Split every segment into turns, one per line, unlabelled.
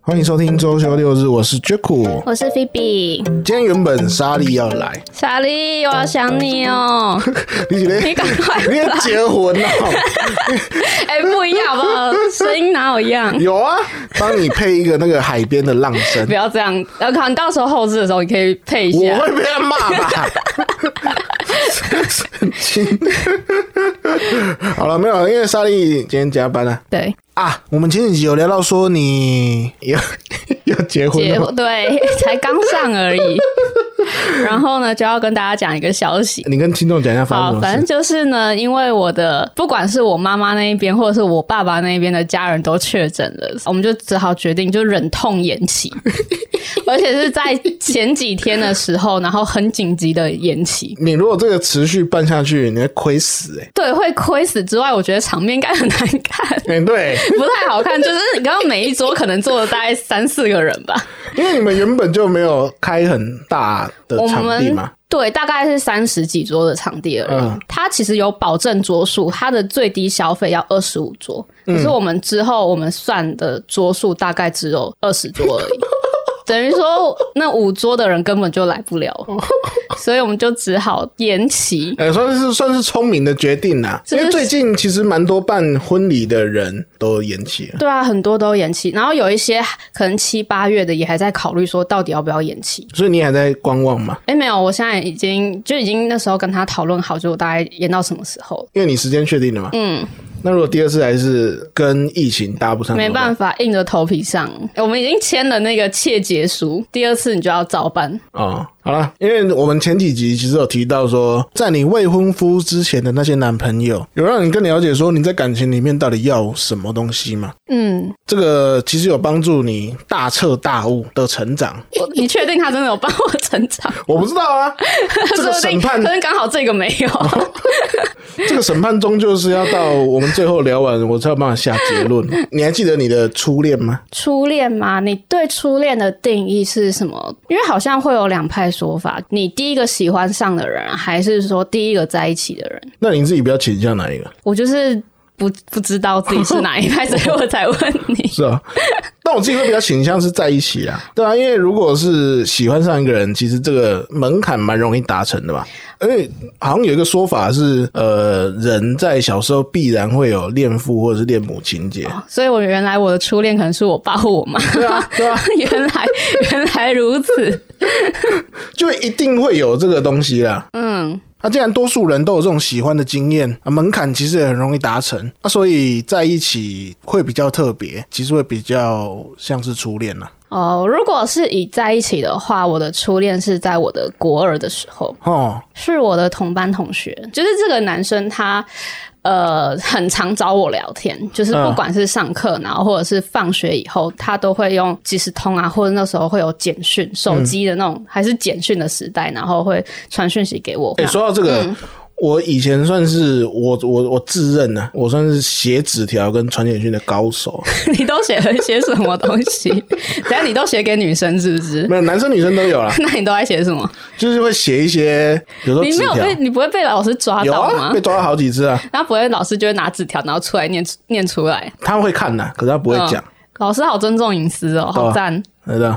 欢迎收听周休六日，我是 Jaco。
我是菲比，
今天原本莎莉要来，
莎莉，我好想 你哦！
你今
你
天
赶 快
你
来
要！结婚哦？
哎、不一样好不好？声音哪有一样？
有啊，帮你配一个那个海边的浪声
不。要这样，呃，可能到时候后置的时候你可以配一
我
下。
会被他骂吧？神经。好了，没有，因为莎莉今天加班了
对，
啊我们前几集有聊到说你要 要结婚
结
了，
婚对， 才刚上 而已。然后呢，就要跟大家讲一个消息。
你跟听众讲一下发
好，
生什
反
么事。
正就是呢，因为我的不管是我妈妈那一边，或者是我爸爸那一边的家人都确诊了，我们就只好决定就忍痛延 期，而且是在前几天的时候，然后很紧急的延期。
你如果这个持续办下去，你会亏死哎、
对，会亏死之外，我觉得场面应该很难看，
哎、对，
不太好看。就是你刚刚每一桌可能坐了大概三四个人吧，
因为你们原本就没有开很大的
我
场地
们
嘛，
对，大概是三十几桌的场地而已。
嗯
它其实有保证桌数，它的最低消费要二十五桌，
嗯
可是我们之后我们算的桌数大概只有二十 桌而已。等于说，那五桌的人根本就来不了，
哦
所以我们就只好延期。
呃，算是算是聪明的决定啦。因
是
为最近其实蛮多办婚礼的人都延期了。
对啊，很多都延期，然后有一些可能七八月的也还在考虑说到底要不要延期。
所以你还在观望嘛？
哎，没有，我现在已经就已经那时候跟他讨论好，就我大概延到什么时候了。
因为你时间确定了嘛。嗯。那如果第二次还是跟疫情搭不上，
没办
法。
法，硬着头皮上。我们已经签了那个切结书，第二次你就要照办。
哦，好啦，因为我们前几集其实有提到说，在你未婚夫之前的那些男朋友，有让你更了解说你在感情里面到底要什么东西嘛？
嗯，
这个其实有帮助你大彻大悟的成长。
我你确定他真的有帮我成长？
我不知道 啊，这个
说不
审
定，
判
说不定刚好这个没有。
这个审判终究是要到我们最后聊完，我才有办法下结 论。你还记得你的初恋吗？
初恋吗？你对初恋的定义是什么？因为好像会有两派说法，你第一个喜欢上的人，还是说第一个在一起的人？
那你自己比较倾向哪一个？
我就是不不知道自己是哪一派，所以我才问你。
是啊，但我自己会比较倾向是在一起啦。对啊，因为如果是喜欢上一个人，其实这个门槛蛮容易达成的吧。因为好像有一个说法是，呃，人在小时候必然会有恋父或者是恋母情节。
所以我原来我的初恋可能是我爸或我妈。
对啊，对啊，
原来原来如 此。
就一定会有这个东西啦。
嗯，
那、既然多数人都有这种喜欢的经验，啊、门槛其实也很容易达成，那、所以在一起会比较特别，其实会比较像是初恋啦。
哦，如果是以在一起的话，我的初恋是在我的国二的时候，
哦，
是我的同班同学，就是这个男生他。呃，很常找我聊天，就是不
嗯
管是上课，然后或者是放学以后，他都会用即时通啊，或者那时候会有简讯，
嗯
手机的那种、还是简讯的时代，然后会传讯息给我。
哎、说到这
嗯
个。我以前算是我我我自认呢、我算是写纸条跟传简讯的高手，
你都写了些什么东西？等下你都写给女生是不是？
没有男生女生都有啦，
那你都在写什么？
就是会写一些，比如说
你
纸
没有被，
条，
你不会被老师抓
有
到
啊，
吗
被？抓了好几次啊，
然后不会，老师就会拿纸条，然后出来念念出来。嗯
他会看呐、可是他不会
哦
讲，
老师好尊重隐私哦，
对啊
好赞！
知道。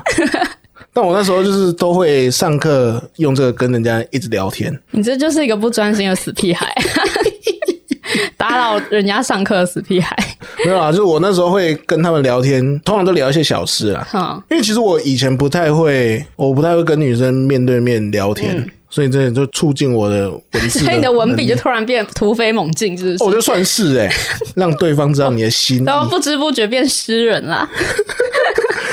但我那时候就是都会上课用这个跟人家一直聊天，
你这就是一个不专心的死屁 孩，打扰人家上课的死屁孩。
没有啊，就是我那时候会跟他们聊天，通常都聊一些小事啊。
嗯，
因为其实我以前不太会，我不太会跟女生面对面聊天，所以这也就促进我的文字。
所以你的文笔就突然变突飞猛进，是不是？
哦，我觉得算是哎、让对方知道你的心意。
然后不知不觉变诗人啦！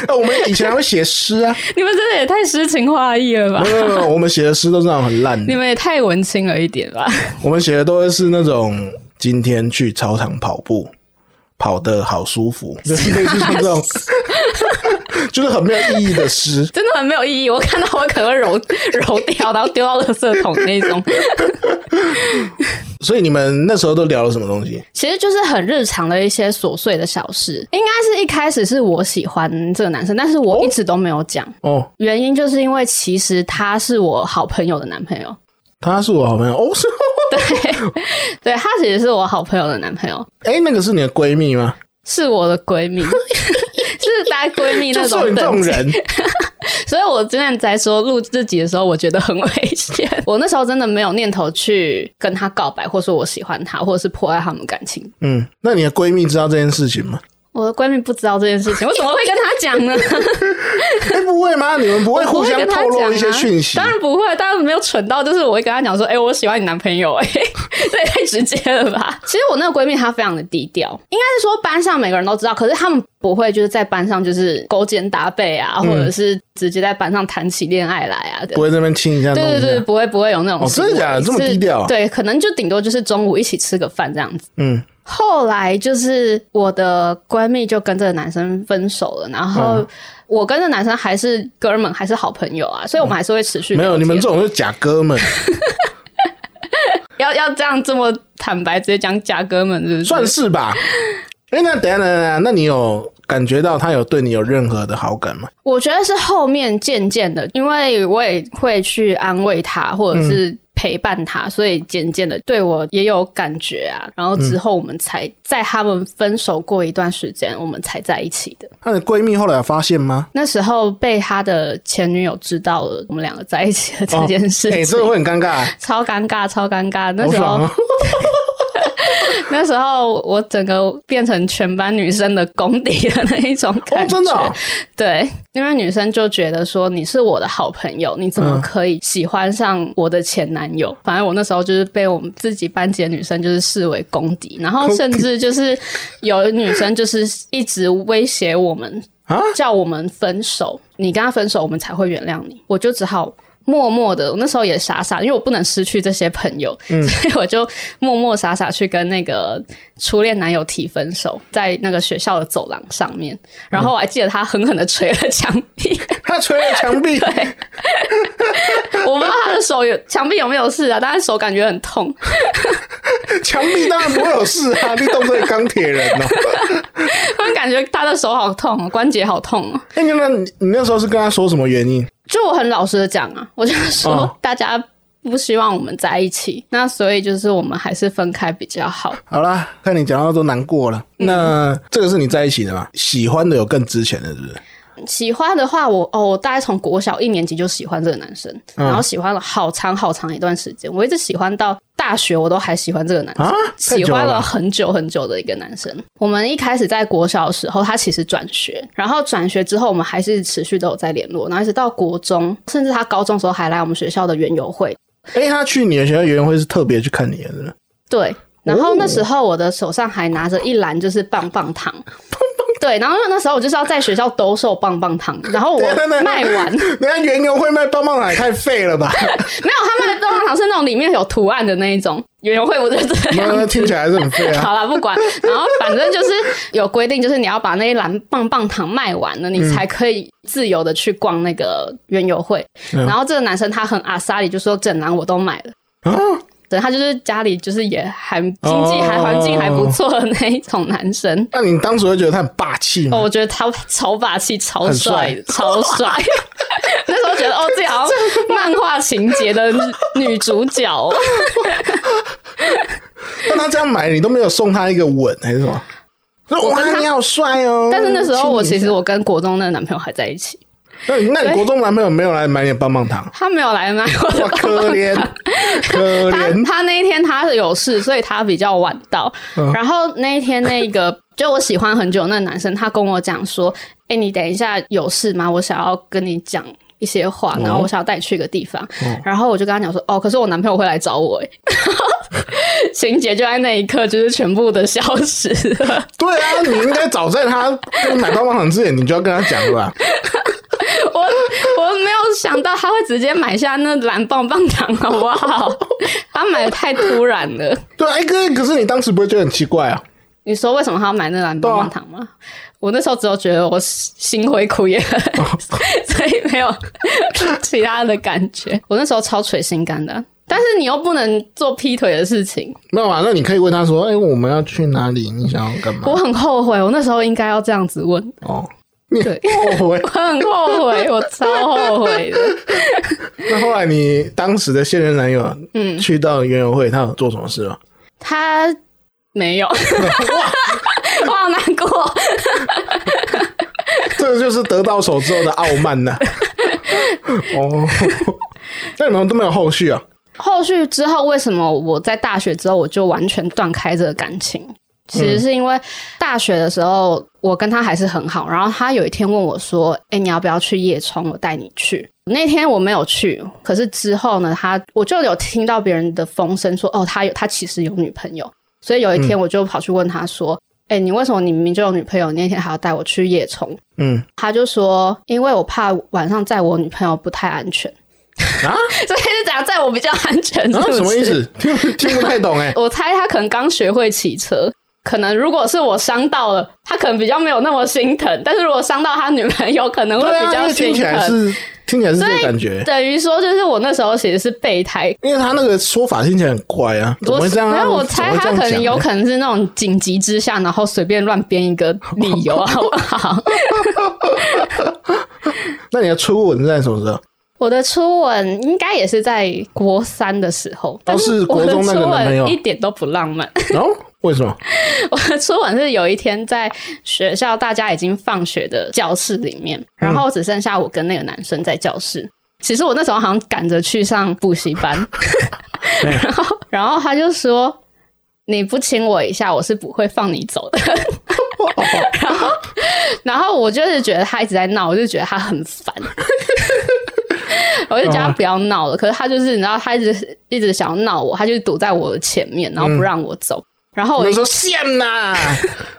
哎我们以前还会写诗啊，
你们真的也太诗情画意了吧
没？有没有，没有我们写的诗都是那种很烂
你
的，
们也太文青了一点吧？
我们写的都是那种今天去操场跑步，跑得好舒服，就是类似像这 种，就是很没有意义的诗。
真的很没有意义。我看到我可能会揉 揉掉，然后丢到垃圾桶那种。
所以你们那时候都聊了什么东西？
其实就是很日常的一些琐碎的小事。应该是一开始是我喜欢这个男生，但是我一直都没有讲，
哦，
原因就是因为其实他是我好朋友的男朋友。
他是我好朋友哦，是吗
对他其实是我好朋友的男朋友，
哎、那个是你的闺蜜吗？
是我的闺蜜，是大家闺蜜
就
那
是有
种
你这种
等级。
人，
所以我之前在说录自己的时候，我觉得很危险。 我那时候真的没有念头去跟他告白，或说我喜欢他，或者是破坏他们感情。
嗯，那你的闺蜜知道这件事情吗？
我的闺蜜不知道这件事情，我怎么会跟她讲呢？
哎，不会吗？你们不会互相
我不会跟她
透露一些
讲啊
讯息？
当然不会，当然没有蠢到，就是我会跟她讲说，哎、我喜欢你男朋友、 哎，这也太直接了吧？其实我那个闺蜜她非常的低调，应该是说班上每个人都知道，可是他们不会就是在班上就是勾肩搭背啊，或者是直接在班上谈起恋爱来啊，
不会这边亲一下，弄
对对
一
对，
下。
不会不会有那种
哦
行
真的
为
假的这么低
是
调啊
对，可能就顶多就是中午一起吃个饭这样子。
嗯，
后来就是我的闺蜜就跟这个男生分手了，然后
嗯
我跟这男生还是哥们，还是好朋友啊，所以我们还是会持续
没有，
聊
你们
天
这种就是假哥们，
要要这样这么坦白直接讲假哥们，是不是？
算是吧。哎，那等一下，等一下等一下，那你有感觉到他有对你有任何的好感吗？
我觉得是后面渐渐的，因为我也会去安慰他，或者是
嗯
陪伴他，所以渐渐的对我也有感觉啊。然后之
嗯
后我们才、在他们分手过一段时间，我们才在一起的。
那你闺蜜后来有发现吗？
那时候被他的前女友知道了我们两个在一起的这件事
哎，
情，
这个会很尴尬，
超尴尬，超尴尬。那
好
时
爽
候
啊！
那时候我整个变成全班女生的公敌的那一种
哦，
感觉，
真的哦，
对，因为女生就觉得说你是我的好朋友，你怎么可以喜欢上我的前男友？反正我那时候就是被我们自己班级的女生就是视为公敌，然后甚至就是有女生就是一直威胁我们
啊，
叫我们分手，你跟他分手我们才会原谅你。我就只好。默默的，我那时候也傻傻，因为我不能失去这些朋友， 所以我就默默傻傻去跟那个初恋男友提分手，在那个学校的走廊上面。然后我还记得他狠狠的捶了墙壁，
他捶了墙壁，
我不知道他的手有墙壁有没有事啊，但是手感觉很痛。
墙壁当然不会有事啊，你动这个钢铁人哦。
突然感觉他的手好痛哦，关节好痛哦。
哎，那你你那时候是跟他说什么原因？
就我很老实的讲啊，我就说
哦
大家不希望我们在一起，那所以就是我们还是分开比较好。
好啦，看你讲到都难过了。
嗯
那这个是你在一起的吗？喜欢的有更值钱的，是不是？
喜欢的话我，哦，我大概从国小一年级就喜欢这个男生，然后喜欢了好长好长一段时间，我一直喜欢到大学，我都还喜欢这个男生，
啊太
喜
久
欢
了
了很久很久的一个男生。我们一开始在国小的时候，他其实转学，然后转学之后，我们还是持续都有在联络，然后一直到国中，甚至他高中的时候还来我们学校的园游会，
哎、他去你的学校园游会是特别去看你的，是不 是？
对，然后那时候我的手上还拿着一篮就是棒棒糖。对，然后那时候我就是要在学校兜售棒棒糖，然后我
等一下等一下
卖完，
人家园游会卖棒棒糖也太废了 吧？
没有，他们的棒棒糖是那种里面有图案的那一种，园游会不 就是这
妈
样
的，听起
子？
来还是很废啊。
好啦，不管，然后反正就是有规定，就是你要把那一篮棒棒糖卖完了，你才可以自由的去逛那个园游会。
嗯
然后这个男生他很阿莎里，就说整篮我都买了。
啊，
对他就是家里就是也还经济还
哦
环境还不错的那一种男生，
那你当时会觉得他很霸气
哦，
吗？
我觉得他超霸气、超
很
帅的、超帅。 那时候觉得哦，自己好像 漫画情节的女主角、哦。
但他这样买，你都没有送他一个吻还是什么？说
跟
哇，
他
你好帅哦！
但是那时候我
亲你
其
一下
实我跟国中那个男朋友还在一起，
那你那你国中男朋友没有来买你的棒棒糖？
他没有来买我的
哇，
包
可 怜， 可
他
怜。
他那一天他是有事，所以他比较晚到。
嗯
然后那一天那个 就我喜欢很久的那个男生，他跟我讲说：“哎、你等一下有事吗？我想要跟你讲。”一些话，
哦
然后我想要带你去一个地方，然后我就跟他讲说，哦，可是我男朋友会来找我，哎， 情节就在那一刻就是全部的消失了。
对啊，你应该早在他跟你买棒棒糖之前，你就要跟他讲了吧？
我我没有想到他会直接买下那蓝棒棒糖，好不好？他买的太突然了。
对啊，哎哥，可是你当时不会觉得很奇怪啊？
你说为什么他要买那蓝棒棒糖吗？我那时候只有觉得我心灰苦也， 所以没有其他的感觉。我那时候超捶心肝的，但是你又不能做劈腿的事情，
没有啊，那你可以问他说：“哎、我们要去哪里？你想要干嘛
我很后悔，我那时候应该要这样子问，？”
哦，你
对
后悔
我。很后悔，我超后悔的。
那后来你当时的现任男友，嗯，去到园游会，他有做什么事吗？
他 没有，我好难过。
这就是得到手之后的傲慢呐、哦，那你们都没有后续啊？
后续之后，为什么我在大学之后我就完全断开这个感情？其实是因为大学的时候，我跟他还是很好。然后他有一天问我说：“哎、你要不要去夜冲？我带你去。”那天我没有去，可是之后呢，他我就有听到别人的风声说：“哦，他有他其实有女朋友。”所以有一天我就跑去问他说：“哎、你为什么你明明就有女朋友，你那天还要带我去夜冲
嗯？”
他就说：“因为我怕晚上载我女朋友不太安全，
啊
所以是怎样载我比较安全是
啊
不是？”
什么意思？听听不太懂哎、
我猜他可能刚学会骑车，可能如果是我伤到了，他可能比较没有那么心疼，但是如果伤到他女朋友，可能会
对啊，
比
因
较
为听
心
起
疼。
来是听起来是这个感觉，
等于说，就是我那时候其实是备胎。
因为他那个说法听起来很怪啊，怎么
我
会这样啊？
没有，
怎么
我猜
会
他
这样
可能
讲
有
呢
可能是那种紧急之下，然后随便乱编一个理 由，好不好？
那你的初吻是在什么时候？
我的初吻应该也是在国三的时候，但
哦是国
我的
中那个
初
男朋友
吻一点都不浪漫。
哦，为什么？
我 的初吻是有一天在学校，大家已经放学的教室里面，然后只剩下我跟那个男生在教室。其实我那时候好像赶着去上补习班，然后然后他就说：“你不亲我一下，我是不会放你走的。” 然后，然后我就是觉得他一直在闹，我就觉得他很烦， 我就叫他不要闹了。可是他就是，你知道，他一直一直想要闹我，他就堵在我的前面，然后不让我走。然后
我
我
们说线呐，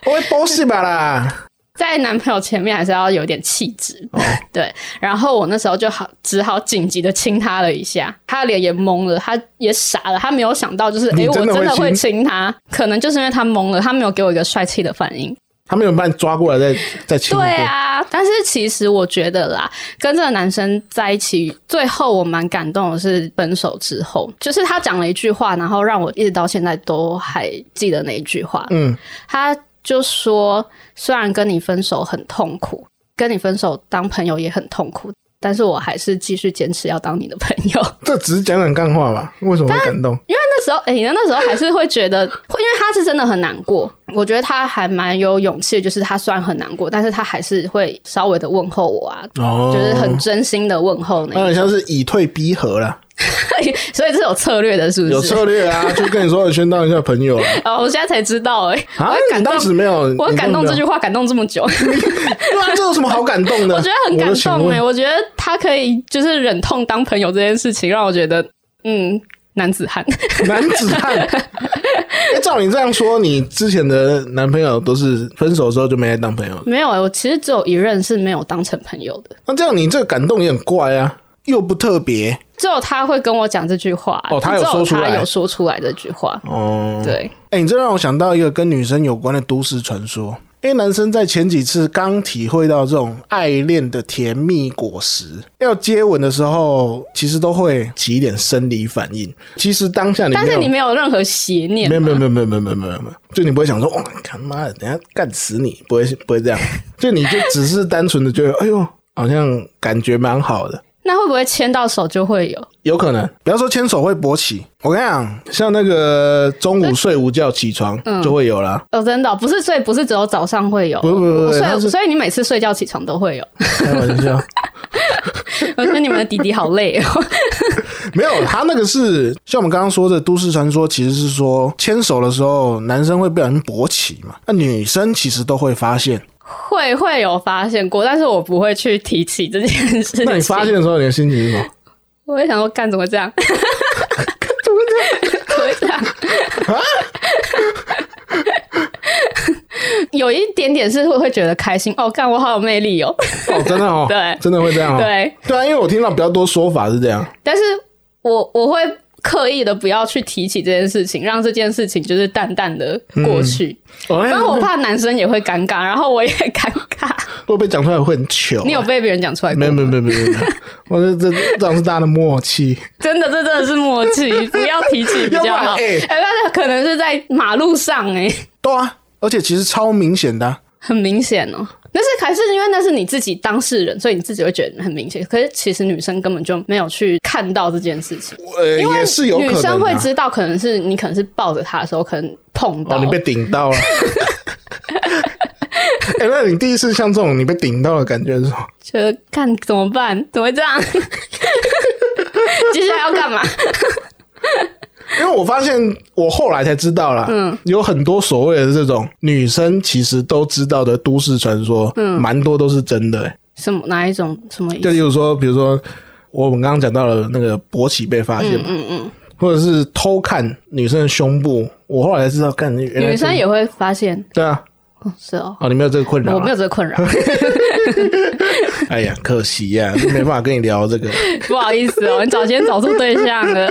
我会包戏吧啦。
在男朋友前面还是要有点气质，
哦
对。然后我那时候就好，只好紧急的亲他了一下，他的脸也懵了，他也傻了，他没有想到就是，
你
诶，我
真的
真的
会
会亲他，可能就是因为他懵了，他没有给我一个帅气的反应。
他们有把你抓过来再再亲一
对
遍，
啊，但是其实我觉得啦，跟这个男生在一起，最后我蛮感动的是分手之后，就是他讲了一句话，然后让我一直到现在都还记得那一句话。
嗯，
他就说，虽然跟你分手很痛苦，跟你分手当朋友也很痛苦，但是我还是继续坚持要当你的朋友。
这只是讲讲干话吧？为什么会感动？
因为那时候，哎、你那时候还是会觉得，会因为他是真的很难过。 我觉得他还蛮有勇气的，就是他虽然很难过，但是他还是会稍微的问候我啊，
哦，
就是很真心的问候
有
那
点像是以退逼和啦，
一 所以这是有策略的，是
有
不是？
策略 啊，就跟你说宣导一下朋友啊。
哦，我现在才知道、哎，
啊，
我
你
感动
当时没有，
我
你
感动
没有
这句话感动这么久，
对啊，这有什么好感动的？
我觉得很感
都请
动哎、
问
我觉得他可以就是忍痛当朋友这件事情，让我觉得嗯，男 子汉。
男子 汉。哎照你这样说，你之前的男朋友都是分手之后就没来当朋友了，
没有、欸，我其实只有一任是没有当成朋友的，
那这样你这个感动也很怪啊，又不特别
只有他会跟我讲这句话、
哦他有说出来
只有他有说出来这句话。
哦。
对，
哎、你这让我想到一个跟女生有关的都市传说。因为男生在前几次刚体会到这种爱恋的甜蜜果实，要接吻的时候，其实都会起一点生理反应。其实当下你
但
没
是
有
你没有任何邪念
没，有没有没有没有没有没有没有没有，就你不会想说，哇，干妈的，等一下干死你，不会不会这样，就你就只是单纯的觉得，哎呦，好像感觉蛮好的，
那会不会牵到手就会有？
有可能。不要说牵手会勃起，我跟你讲，像那个中午睡午觉起床就会有啦，
哦，真的哦、不是，所以不是只有早上会有，哦
不不不不
所
它
以
是
所以你每次睡觉起床都会有。
开玩笑，
我觉得你们的弟弟好累哦，
没有，他那个是像我们刚刚说的都市传说，其实是说牵手的时候男生会不小心勃起嘛，那女生其实都会发现。
会会有发现过，但是我不会去提起这件事情。
那你发现的时候，你的心情是什么？
我会想说，干怎么这样？ 怎么这样？
啊
有一点点是会会觉得开心哦，干我好有魅力哦，
哦，真的哦，
对
真的会这样哦，
对，
对啊，因为我听到比较多说法是这样，
但是我我会刻意的不要去提起这件事情，让这件事情就是淡淡的过去，
哦
因为我怕男生也会尴尬，然后我也尴尬。
如果被讲出来会很糗。
你有被别人讲出来过
没有
吗？
没有没有没有没有，我这这这种是大家的默契。
真的，这真的是默 契，不要提起比较好。
要不然
哎、
哎
那、可能是在马路上哎、
对啊，而且其实超明显的啊、
很明显哦。但是还是因为那是你自己当事人，所以你自己会觉得很明显。可是其实女生根本就没有去看到这件事情，
呃，
因为
也是有可能、啊。
女生会知道，可能是你可哦
哦
能是抱着她的时候，可能碰到。
哦，你被顶到了。哎、那你第一次像这种你被顶到的感觉是什么？
觉得看怎么办？怎么会这样？ 接下来要干嘛？
因为我发现我后来才知道啦，嗯，有很多所谓的这种女生其实都知道的都市传说，嗯，蛮多都是真的、欸。
什么哪一种什么意
就
思？
例如说，比如说我们刚刚讲到了那个勃起被发现嘛，嗯嗯或者是偷看女生的胸部，我后来才知道，干原来
女生也会发现
对啊，
哦，是哦，
哦，你没有这个困扰、啊，
我没有这个困扰，
哎呀，可惜呀、没办法跟你聊这个。
不好意思哦，你早先找出对象了。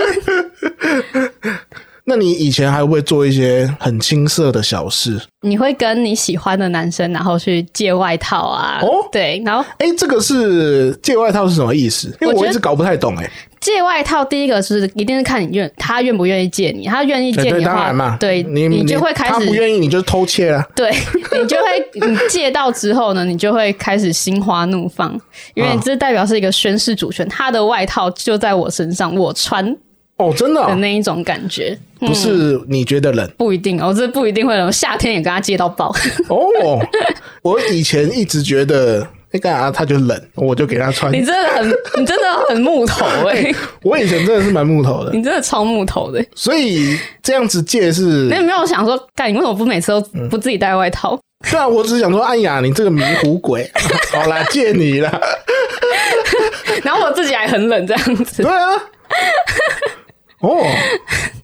那你以前还会不会做一些很青涩的小事？
你会跟你喜欢的男生，然后去借外套啊？
哦
对，然后
哎、这个是借外套是什么意思？因为
我觉
我
得
一直搞不太懂哎、
借外套，第一个是一定是看你愿他愿不愿意借你，他愿意
哎
借
对，
你的
当
话
然嘛，，
对，
你
你就会开
他不
始。
愿意，你就偷窃啊。
对 你就会，你借到之后呢，你就会开始心花怒放，因为
嗯
这代表是一个宣誓主权，他的外套就在我身上，我穿
哦，真的哦、
的那一种感觉，
不是你觉得 冷、
不一定哦，这不一定会有，夏天也跟他借到爆，
哦。我以前一直觉得，哎、干啥他就冷，我就给他穿
你。真的很，你真的很 木头哎、
我以前真的是蛮木 头的，
你真的超木头的、欸
所以这样子借是
你有没有想说，干你为什么不每次都
嗯
不自己带外套？
对啊，我只是想说，哎呀，你这个迷糊鬼，好啦，借你啦。
然后我自己还很冷这样子。
对 啊，哦，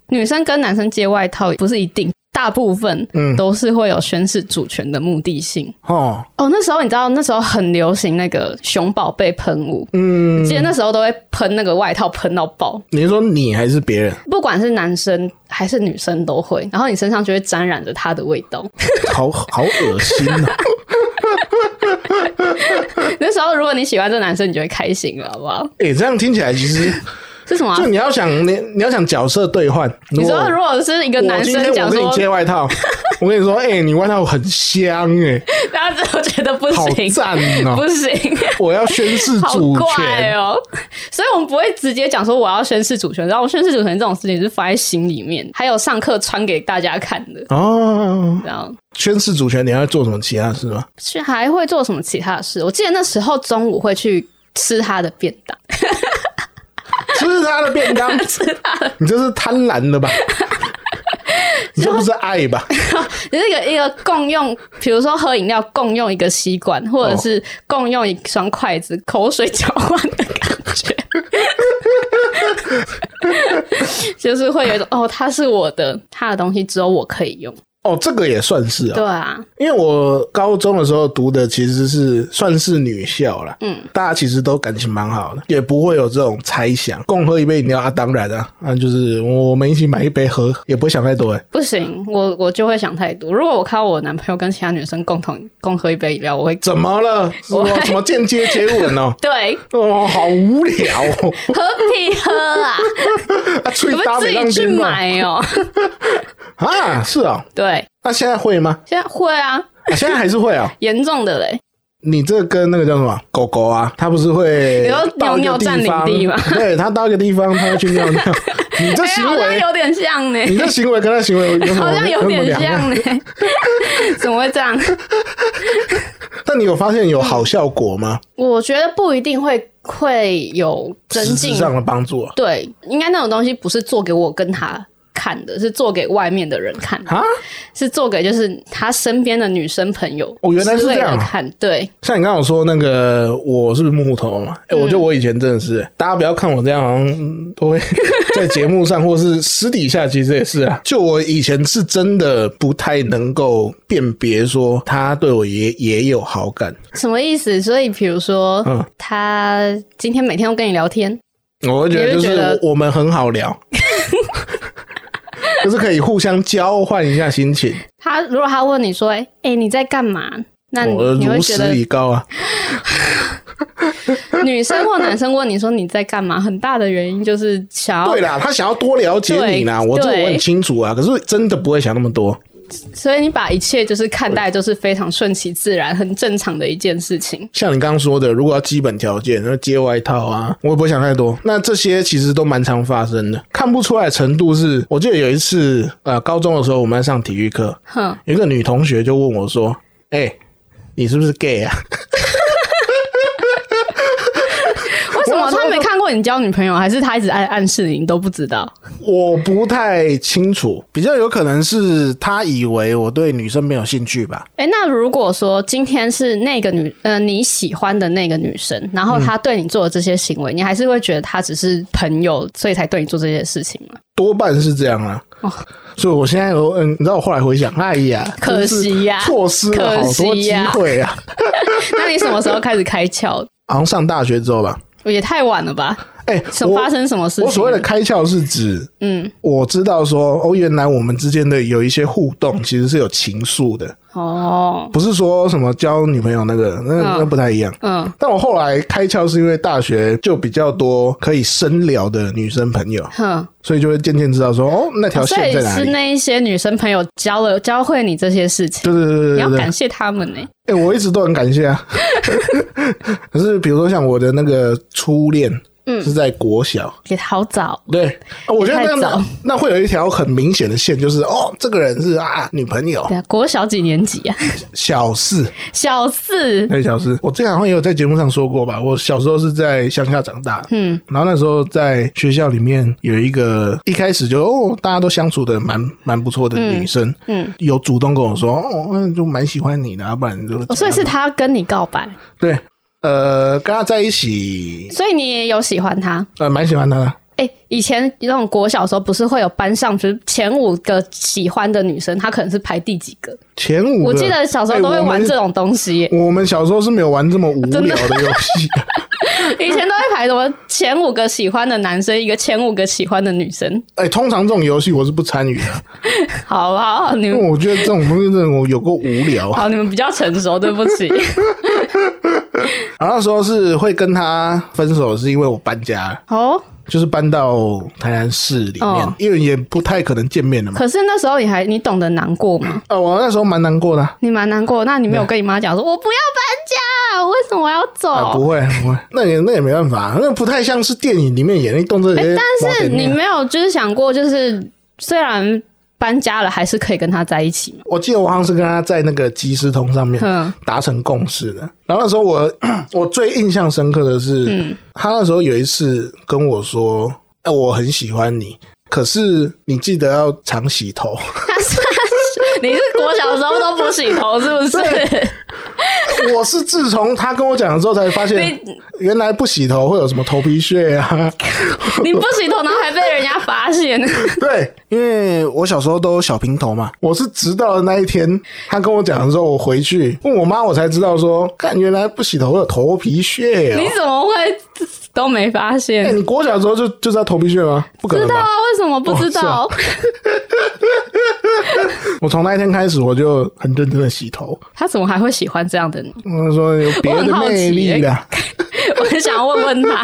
女生跟男生借外套不是一定，大部分
嗯
都是会有宣示主权的目的性。
哦，
哦，那时候你知道，那时候很流行那个熊宝贝喷雾，
嗯，
记得那时候都会喷那个外套喷到爆，
你是说你还是别 人？
不管是男生还是女生都会，然后你身上就会沾染着它的味道。
好好恶心哦！
啊那时候如果你喜欢这男生，你就会开心了，好不好？
哎、这样听起来其实，
是什么啊、
就你要想你你要想角色兑换，
你
如
说
果
如果是一个男
我
生
今天
讲
我跟
说
你，借外 套，我跟你说，哎、你外套很香哎、
大家就觉得不
好
行，
赞哦、
不行。
我要宣誓
好
主
怪
权。
哦、所以我们不会直接讲说我要宣誓主权，然后我宣誓主权这种事情是放在心里面，还有上课穿给大家看的，
哦，
然后
宣誓主权，你要做什么其他事吗？
是还会做什么其他的事？我记得那时候中午会去吃他的便 当，
吃他的便 当，
吃他的，
你这是贪婪 的吧？你这不是爱吧？
就是一个一个共用，比如说喝饮料共用一个吸管，或者是共用一双筷子，口水交换的感觉。 就是会有一种哦，它是我的，它的东西只有我可以用。
哦，这个也算是啊、
对啊，
因为我高中的时候读的其实是算是女校啦，嗯，大家其实都感情蛮好的，也不会有这种猜想。共喝一杯饮料啊，当然啊，啊就是我们一起买一杯喝，也不会想太多、欸。
不行，我我就会想太多。如果我看到我男朋友跟其他女生共同共喝一杯饮料，我会
怎么了？什
我？
么什么间接接吻哦
对
哦，好无聊哦！
何必喝 啊？
啊，吹
可不
搭
可
没
以
让
自己去
听吧？
买 哦？
啊，是哦。
对，
那现在会吗？
现在会啊，
啊现在还是会哦。
严重的嘞。
你这跟那个叫什么狗狗啊，它不是会
你说
到一个
尿尿占
地方
领地吗
对，它到一个地方，它会去 尿尿。你这
哎、
行
好像
为，
有点像呢，
你这行为跟它行为有什么
好像 有
什么
点
两样？
像呢， 怎么会这样？
但你有发现有好效果吗？
我觉得不一定会会有增
实质
进。
上的帮助啊？
对，应该那种东西不是做给我跟他看的，是做给外面的人看的。
啊
是做给就是他身边的女生朋友
哦原来是这样啊
之类的看，对，
像你刚刚有说那个我是木头嘛？
嗯
哎、我觉得我以前真的是，大家不要看我这样，好像嗯都会在节目 上或是私底下，其实也是啊。就我以前是真的不太能够辨别说他对我也也有好感。
什么意思？所以比如说，
嗯
他今天每天都跟你聊天，
我会觉得就
你会觉
是
得
我我们很好 聊，就是可以互相交换一下心情。
他如果他问你说，哎、哎、你在干嘛？那你
我
你会
哦如
觉
实
得
以告啊，
女生或男生问你说你在干嘛，很大的原因就是想要
对，啦，他想要多了解你啦，
对
我这个我很
对
清楚啊，可是真的不会想那么多。
所以你把一切就是看待就是非常顺其自然、很正常的一件事情。
像你刚刚说的，如果要基本条件，那接外套啊，我也不会想太多。那这些其实都蛮常发生的，看不出来的程度是，我记得有一次，呃，高中的时候我们在上体育课，
哼，
有一个女同学就问我说：“哎、你是不是 gay 啊？
为什
我
么
说
他没看过你交女朋友，还是他一直暗暗示你，你都不知道？
我不太清楚，比较有可能是他以为我对女生没有兴趣吧。
哎、那如果说今天是那个女，呃，你喜欢的那个女生，然
嗯
后她对你做的这些行为，你还是会觉得她只是朋友，所以才对你做这些事情吗？
多半是这样啊。
哦
所以我现在有，嗯，你知道我后来回想，哎呀，
可惜呀
真是错失了好多
可惜
机
呀
会啊。
那你什么时候开始开窍？
好像上大学之后吧，
也太晚了吧？
哎、
什
我
发生什么事情？
我所谓的开窍是指，
嗯，
我知道说，哦，原来我们之间的有一些互动其实是有情愫的，
哦，
不是说什么交女朋友那个，那
嗯
那不太一样。
嗯，
但我后来开窍是因为大学就比较多可以深聊的女生朋友，
哼，
所以就会渐渐知道说，哦，那条
所
线
以
在哪
是
里。
那一些女生朋友教了教会你这些事
对
情，
对对对
你
对
要
对，
感谢他们呢、
哎、我一直都很感谢啊。 可是比如说像我的那个初恋，嗯，是在国小，
也好早。
对，啊我觉得那
太早
那那会有一条很明显的线，就是哦，这个人是啊女朋友
对啊，国小几年级啊？
小四，
小四。
对小四，我之前好像也有在节目上说过吧，我小时候是在乡下长大，
嗯，
然后那时候在学校里面有一个一开始就哦，大家都相处的蛮蛮不错的女生，
嗯
有主动跟我说哦，那就蛮喜欢你的、啊，不然就、
哦所以是他跟你告白，
对。呃，跟他在一起，
所以你也有喜欢他。
呃，蛮喜欢他的。
哎、以前那种国小的时候，不是会有班上就是前五个喜欢的女生，她可能是排第几个？
前五个，
哎我记得小时候都会玩这种东西耶、
哎。我们我们小时候是没有玩这么无聊的游戏，
以前都会排什么前五个喜欢的男生，一个前五个喜欢的女生，
哎、通常这种游戏我是不参与的，
好不好？你
因
们
为我觉得这种东西真的我有够无聊啊。
好，你们比较成熟，对不 起。
然后那时候是会跟他分手，是因为我搬家，
哦，
就是搬到台南市里面，
哦
因为也不太可能见面了嘛。
可是那时候你还你懂得难过吗？
啊，我那时候蛮难过的啊。
你蛮难过，那你没有跟你妈讲说，我不要搬家，为什么我要走？
啊，不会不会，那也那也没办法，啊那不太像是电影里面演那动哎这些。
哎但是你啊没有就是想过，就是虽然搬家了，还是可以跟他在一起嘛？
我记得我好像是跟他在那个即时通上面
嗯
达成共识的。然后那时候我 我最印象深刻的是，他那时候有一次跟我说：“哎、我很喜欢你，可是你记得要常洗头。
他是你是国小的时候都不洗头是不是？”
我是自从他跟我讲了之后才发现，原来不洗头会有什么头皮屑啊。
你不洗头，然后还被人家发现，
对，因为我小时候都小平头嘛，我是直到那一天他跟我讲的时候，我回去问我妈，我才知道说，看原来不洗头会有头皮屑、哦。
你怎么会都没发
哎、
现？
你国小的时候就就知道头皮屑吗？不可
知
能
道
吧！
啊，为什么不知道？
我从那一天开始，我就很认真的洗头。
他怎么还会喜欢这样 的你？
我说有别的魅力
我很
啦，
我很想要问问他，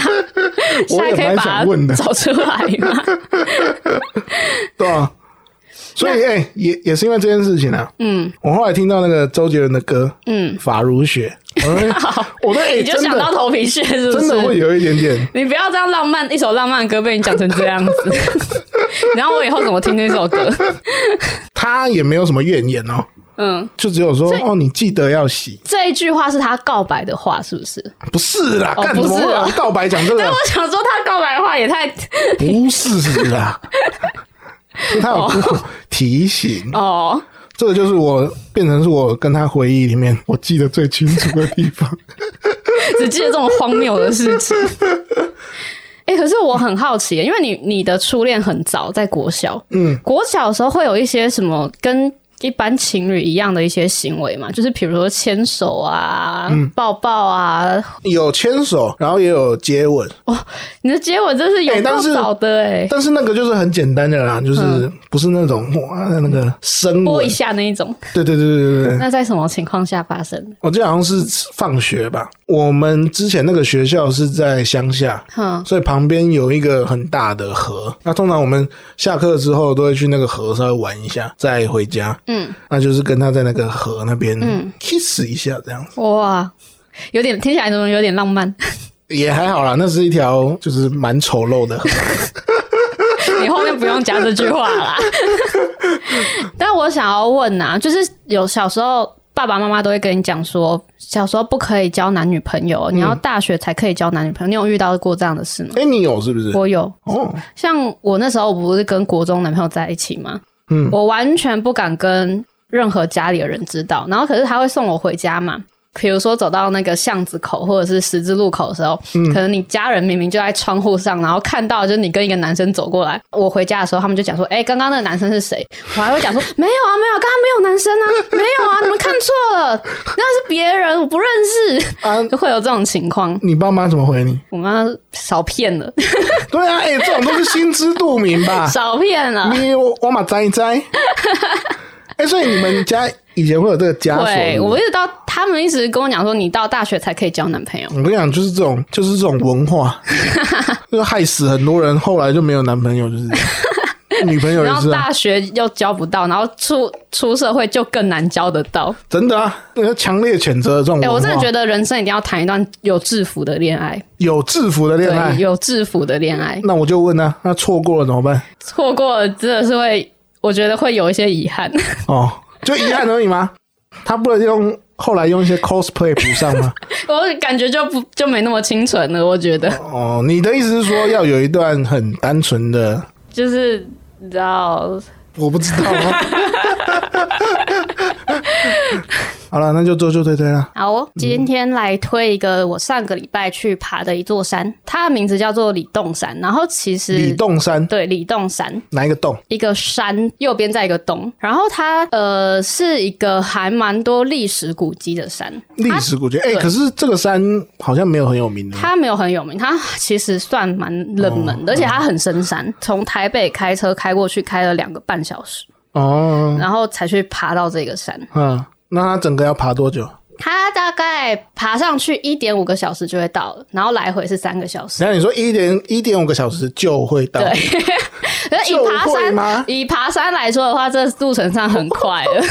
我
现在
也
可
蛮
以把
想问的
他找出来吗？
对吧、所以，哎、也也是因为这件事情啊，嗯，我后来听到那个周杰伦的歌，嗯，发如雪，我 说我 说，哎、
你就
真
想到
的
头皮屑是不
真的会
是？
有一点点，
你不要这样浪漫，一首浪漫的歌被你讲成这样 子，然后我以后怎么听那首歌？
他也没有什么怨言哦，
嗯，
就只有说，哦，你记得要洗，
这一句话是他告白的话，是不是？
不是啦，
哦
干、
不
什
是
么会有人告白讲这
对，
个
我？想说他告白的话也太……
不是啦， 是他有跟我提醒。
哦，
这个就是我变成是我跟他回忆里面我记得最清楚的地方。
只记得这种荒谬的事情。哎、可是我很好奇，因为你你的初恋很早，在国小，嗯，国小的时候会有一些什么跟一般情侣一样的一些行为嘛？就是比如说牵手啊、
嗯
抱抱啊，
有牵手，然后也有接吻，
你的接吻真是有
诶但
够
是
早的哎、
哦但是那个就是很简单的啦，就是不是那种哇那个深
拨
吻
一。下那一种，
对对对对对对，
那在什么情况下发生的？
我记得好像是放学吧。我们之前那个学校是在乡下，
哼，
所以旁边有一个很大的河。那通常我们下课之后都会去那个河稍微玩一下，再回家。
嗯，
那就是跟他在那个河那边 kiss 一下，这样子、
哇，有点听起来怎么有点浪漫？
也还好啦。那是一条就是蛮丑陋 的河。
你后面不用加 这句话啦。但我想要问啊，就是有小时候。爸爸妈妈都会跟你讲说，小时候不可以交男女朋友，你要大学才可以交男女朋友。你有遇到过这样的事吗？
哎、你有是不是？
我有，
哦，
像我那时候不是跟国中男朋友在一起吗？
嗯，
我完全不敢跟任何家里的人知道。然后可是他会送我回家嘛。比如说走到那个巷子口或者是十字路口的时候，可能你家人明明就在窗户上，然后看到就是你跟一个男生走过来。我回家的时候，他们就讲说：“哎、刚刚那个男生是谁？”我还会讲说：“没有啊，没有，刚刚没有男生啊，没有啊，你们看错了，那是别人，我不认识。
啊”，
就会有这种情况，
你爸妈怎么回你？
我妈少骗了，
对啊，哎、这种都是心知肚明 吧？
少骗了。
你我我嘛摘一摘。哎、所以你们家以前会有这个枷锁是
对，
不
我
是？
一直到他们一直跟我讲说，你到大学才可以交男朋友。
我跟你讲，就是这种，就是这种文 化，就是害死很多人，后来就没有男朋友， 就是这样女朋友也
然后
是、啊，
大学又交不到，然后出出社会就更难交得到。
真的啊，那个强烈谴责这种文
哎、
化。
我真的觉得人生一定要谈一段有制服的恋爱，
有制服的恋
对，
爱，
有制服的恋爱，
那我就问啊，那错过了怎么办？
错过了真的是会，我觉得会有一些遗憾。
哦，就遗憾而已吗？他不能用后来用一些 cosplay 补上吗？
我感觉就不就没那么清纯了，我觉得
哦，你的意思是说要有一段很单纯的，
就是你知道，
我不知道、哦。 好了，那就做就推推了。
好、哦，今天来推一个我上个礼拜去爬的一座山，它的名字叫做李洞山，然后其实
李洞山
对李洞山，
哪一个洞？
一个山，右边在一个洞，然后它呃是一个还蛮多历史古迹的山，
历史古迹。哎、
对
可是这个山好像没有很有名的。
它没有很有名，它其实算蛮冷
嗯
门的，而且它很深山，从台北开车开过去开了两个半小时，
哦，
然后才去爬到这个山。
嗯，那它整个要爬多久？
它大概爬上去一点五个小时就会到了，然后来回是三个小时。
然后你说一点一点五个小时就会到，
对，可是以 爬
就会吗
山以爬山来说的话，这路程上很快 了，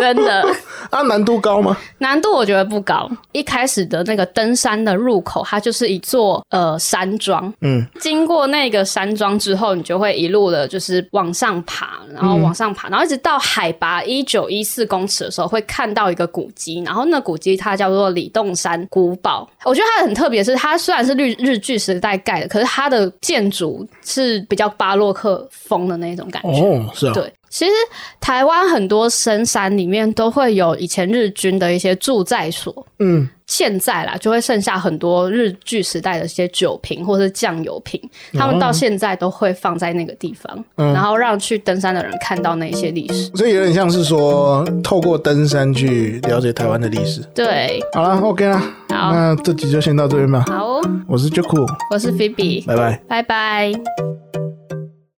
真的。
啊，难度高吗？
难度我觉得不高。一开始的那个登山的入口，它就是一座呃山庄。
嗯，
经过那个山庄之后，你就会一路的就是往上爬，然后往上爬，然后一直到海拔一九一四公尺的时候，会看到一个古迹，然后那古迹它叫做李洞山古堡。我觉得它很特别，是它虽然是日日据时代盖的，可是它的建筑是比较巴洛克风的那种感觉。
哦，是啊，
对，其实台湾很多深山里面都会有以前日军的一些驻在所，
嗯，
现在啦就会剩下很多日据时代的一些酒瓶或是酱油瓶，他们到现在都会放在那个地方，然后让去登山的人看到那一些历史。
所以有点像是说透过登山去了解台湾的历史。
对，
好了，OK 啦，
好
那这集就先到这边吧。
好哦，
我是 j o k
我是菲比，
拜拜。
拜拜。